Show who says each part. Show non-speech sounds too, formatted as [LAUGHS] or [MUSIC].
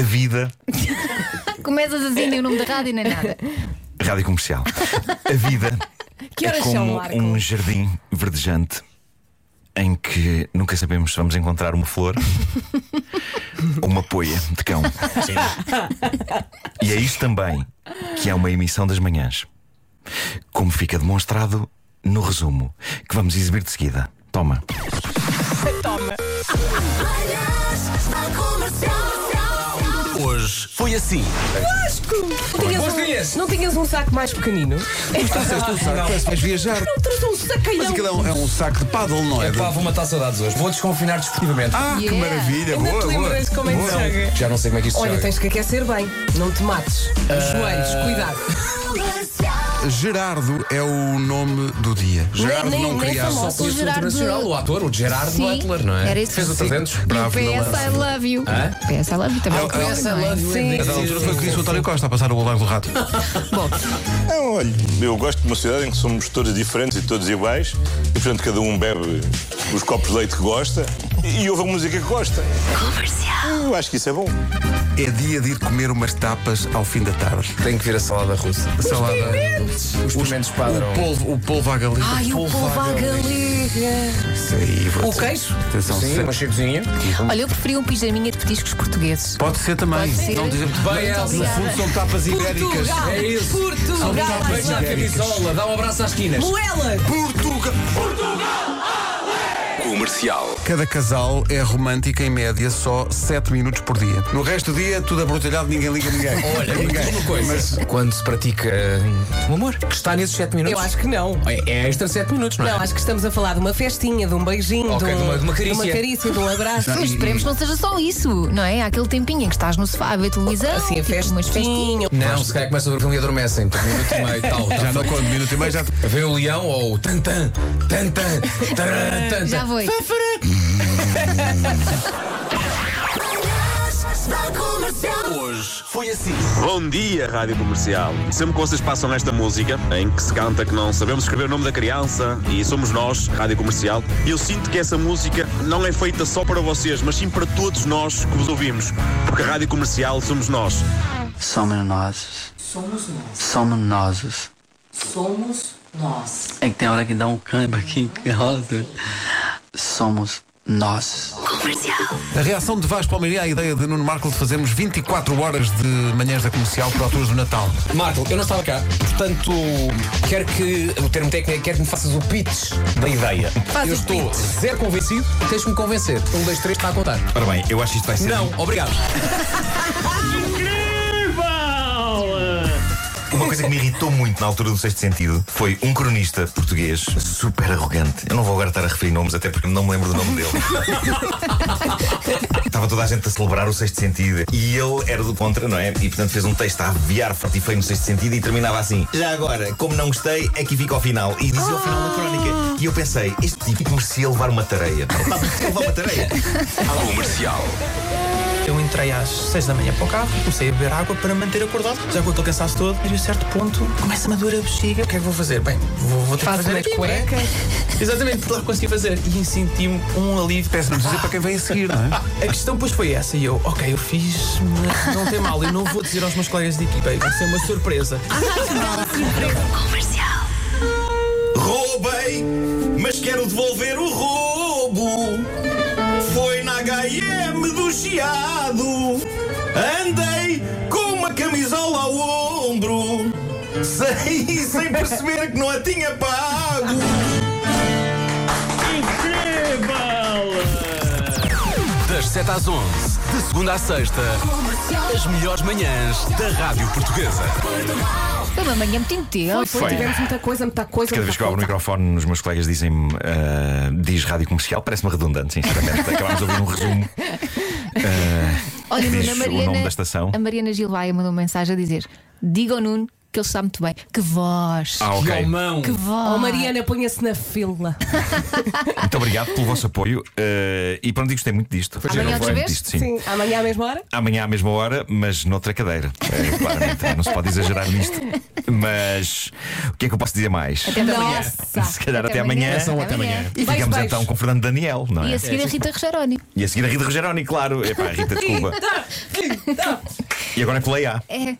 Speaker 1: vida.
Speaker 2: Começas assim, nem o nome da rádio, nem nada.
Speaker 1: Rádio comercial. A vida
Speaker 3: [LAUGHS] Que
Speaker 1: é
Speaker 3: horas são,
Speaker 1: como
Speaker 3: Marco?
Speaker 1: um jardim verdejante em que nunca sabemos se vamos encontrar uma
Speaker 3: [LAUGHS]
Speaker 1: flor ou uma poia de cão. E é isso também que é uma emissão das manhãs. Como fica demonstrado no resumo que vamos exibir de seguida. Toma.
Speaker 3: Toma.
Speaker 4: Manhãs da Comercial.
Speaker 5: Hoje foi assim.
Speaker 3: Não tinhas,
Speaker 5: Mas
Speaker 3: um,
Speaker 5: quem é esse?
Speaker 3: não tinhas um saco mais pequenino?
Speaker 6: Parece que vais viajar.
Speaker 3: Não trouxe um
Speaker 6: Mas
Speaker 3: sacalhão.
Speaker 6: aquilo é um, é um saco de paddle, não é?
Speaker 5: Pá, vou matar saudades hoje. Vou desconfinar desportivamente.
Speaker 6: Ah, que
Speaker 2: Yeah.
Speaker 6: maravilha!
Speaker 3: Ainda
Speaker 6: Boa,
Speaker 3: te
Speaker 6: boa.
Speaker 3: lembras como é que
Speaker 6: Boa.
Speaker 3: se joga?
Speaker 5: Já não sei como é que isto se
Speaker 3: Olha,
Speaker 5: joga.
Speaker 3: tens que aquecer bem. Não te mates.
Speaker 2: Ah.
Speaker 3: Os joelhos, cuidado.
Speaker 6: Gerardo é o nome do dia. Gerardo
Speaker 3: nem-
Speaker 6: não
Speaker 3: nem
Speaker 6: queria
Speaker 3: famoso.
Speaker 5: Só conheço o
Speaker 2: Gerardo-
Speaker 5: internacional, o ator, o Gerardo
Speaker 2: Sim,
Speaker 5: Butler, não é?
Speaker 2: era isso.
Speaker 5: Fez o
Speaker 2: Sim.
Speaker 5: 300.
Speaker 6: Bravo,
Speaker 2: e o
Speaker 6: não
Speaker 2: PS I Love You.
Speaker 5: é? Hã?
Speaker 2: O PS I Love You também é conhece, não é?
Speaker 3: Sim.
Speaker 6: A da altura foi o que disse o António Costa a passar o Lago do Rato.
Speaker 7: Não, olha, eu gosto de uma cidade em que somos todos diferentes e todos iguais e, portanto, cada um bebe os copos de leite que gosta e ouve a música que gosta. Comercial. Eu acho que isso é bom.
Speaker 6: É dia de ir comer umas tapas ao fim da tarde.
Speaker 5: Tem que vir a salada russa.
Speaker 6: Salada.
Speaker 5: Os pimentos
Speaker 6: O
Speaker 5: padrão.
Speaker 6: polvo, o polvo à galinha.
Speaker 3: Ai, o povo à galega.
Speaker 6: Isso aí, vou
Speaker 3: O
Speaker 6: dizer.
Speaker 3: queijo?
Speaker 6: Atenção,
Speaker 5: Sim,
Speaker 6: se-
Speaker 5: uma chicozinha.
Speaker 2: Olha, eu preferi um pijaminha de petiscos portugueses.
Speaker 6: Pode ser também.
Speaker 2: Pode ser.
Speaker 6: Não dizer
Speaker 5: Bem,
Speaker 6: No
Speaker 5: Elsa.
Speaker 6: fundo são tapas ibéricas.
Speaker 3: Portugal.
Speaker 5: É isso.
Speaker 3: Portugal.
Speaker 5: Beija a camisola, dá um abraço às quinas.
Speaker 3: Moela.
Speaker 6: Portugal.
Speaker 5: Comercial.
Speaker 6: Cada casal é romântico em média só 7 minutos por dia. No resto do dia, tudo abrotalhado, ninguém liga a ninguém.
Speaker 5: Olha,
Speaker 6: ninguém.
Speaker 5: diz uma coisa. Quando se pratica hum, o amor, que está nesses 7 minutos.
Speaker 3: Eu acho que não.
Speaker 5: É, é extra 7 minutos, não é?
Speaker 3: Não, acho que estamos a falar de uma festinha, de um beijinho,
Speaker 5: Ok,
Speaker 3: de, um-
Speaker 5: de uma- de uma carícia.
Speaker 3: de uma carícia, de um abraço.
Speaker 2: Mas esperemos que não seja só isso, não é? Há aquele tempinho em que estás no sofá a ver televisão,
Speaker 3: Assim, a
Speaker 2: tipo, umas festinhas.
Speaker 3: festinha.
Speaker 5: Não, se calhar começa a ver o filme e adormecem. Então, minuto e meio, tal, tal.
Speaker 6: Já não conto, minuto e meio já.
Speaker 5: Vem o leão ou o tan-tan, tan-tan, taran, tan-tan.
Speaker 2: Já foi.
Speaker 4: Manhãs da Comercial.
Speaker 8: Bom dia, Rádio Comercial. Sempre que vocês passam esta música, em que se canta que não sabemos escrever o nome da criança e somos nós, Rádio Comercial, eu sinto que essa música não é feita só para vocês, mas sim para todos nós que vos ouvimos. Porque a Rádio Comercial somos nós.
Speaker 9: Somos nós. Somos nós. Somos nós.
Speaker 10: Somos nós.
Speaker 9: É que tem hora que dá um câmbio aqui em casa. Somos nós.
Speaker 6: A reação de Vasco Palmeirinho à ideia de Nuno Marco de fazermos 24 horas de manhãs da comercial para alturas do Natal.
Speaker 5: Marco, eu não estava cá, portanto, quero que o termo técnico é quero que me faças o pitch da ideia. eu estou zero convencido, tens que me convencer. Um, dois, três, está a contar.
Speaker 1: Ora bem, eu acho que isto vai ser.
Speaker 5: Não, obrigado.
Speaker 1: Uma coisa que me irritou muito na altura do sexto sentido foi um cronista português super arrogante. Eu não vou agora estar a referir nomes, até porque não me lembro do nome dele. Estava toda a gente a celebrar o sexto sentido e ele era do contra, não é? E portanto fez um texto a aviar forte e feio no sexto sentido e terminava assim: Já agora, como não gostei, aqui fica ao final. E dizia o final da crónica. E eu pensei: Este tipo merecia levar uma tareia. Pá, merecia levar uma tareia.
Speaker 5: Comercial.
Speaker 11: Eu entrei às 6 da manhã para o carro e comecei a beber água para me manter acordado, já com aquele cansaço todo. E a certo ponto começa-me a doer a bexiga. O que é que vou fazer? Bem, vou, vou ter que
Speaker 3: Faz
Speaker 11: fazer
Speaker 3: uma
Speaker 11: aqui.
Speaker 5: é?
Speaker 3: cueca.
Speaker 11: Exatamente, porque lá consegui fazer. E senti-me um alívio.
Speaker 6: Péssimo dizer para quem vem a seguir, não é?
Speaker 11: A questão, pois, foi essa. E eu, ok, eu fiz, mas não tem mal. Eu não vou dizer aos meus colegas de equipa. Vai ser uma surpresa.
Speaker 1: Roubei, mas quero devolver o roubo. Foi na HM do Chiado. Andei com uma camisola ao ombro. Saí sem perceber que não a tinha pago.
Speaker 5: Das 7 às 11, de segunda à sexta, as melhores manhãs da Rádio Portuguesa.
Speaker 2: Foi uma manhã muito intensa.
Speaker 3: Depois tivemos muita coisa, muita coisa.
Speaker 1: Cada
Speaker 3: muita
Speaker 1: vez que eu abro o
Speaker 3: coisa.
Speaker 1: microfone, os meus colegas dizem-me ah, diz rádio comercial, parece-me redundante, sinceramente. Acabámos de ouvir um resumo.
Speaker 2: Olha,
Speaker 1: Diz
Speaker 2: Nuno, a
Speaker 1: o
Speaker 2: Mariana,
Speaker 1: nome da estação.
Speaker 2: a Mariana Gilvaia mandou uma mensagem a dizer: Diga ao Nuno que ele está muito bem. Que voz!
Speaker 1: Ah, ok.
Speaker 5: Mão.
Speaker 2: Que voz!
Speaker 3: Oh, Mariana, ponha-se na fila.
Speaker 1: Muito obrigado pelo vosso apoio. eh, e pronto, e gostei muito disto.
Speaker 2: Amanhã
Speaker 1: Eu gostei
Speaker 2: outra
Speaker 1: muito
Speaker 2: vez?
Speaker 1: disto, sim.
Speaker 3: Sim, amanhã à mesma hora.
Speaker 1: Amanhã à mesma hora, mas noutra cadeira. Eh, claramente, não se pode exagerar nisto. Mas o que é que eu posso dizer mais?
Speaker 3: Nossa.
Speaker 1: Se calhar até amanhã.
Speaker 2: até amanhã.
Speaker 1: E ficamos
Speaker 3: Beijo,
Speaker 1: então
Speaker 3: beijo.
Speaker 1: com Fernando Daniel, não
Speaker 2: E
Speaker 1: é?
Speaker 2: a seguir a Rita Rogeroni.
Speaker 1: [LAUGHS] E a seguir a Rita Rogeroni, claro. Epá, Rita, desculpa.
Speaker 3: Rita, Rita.
Speaker 1: E agora é pela A.
Speaker 2: É.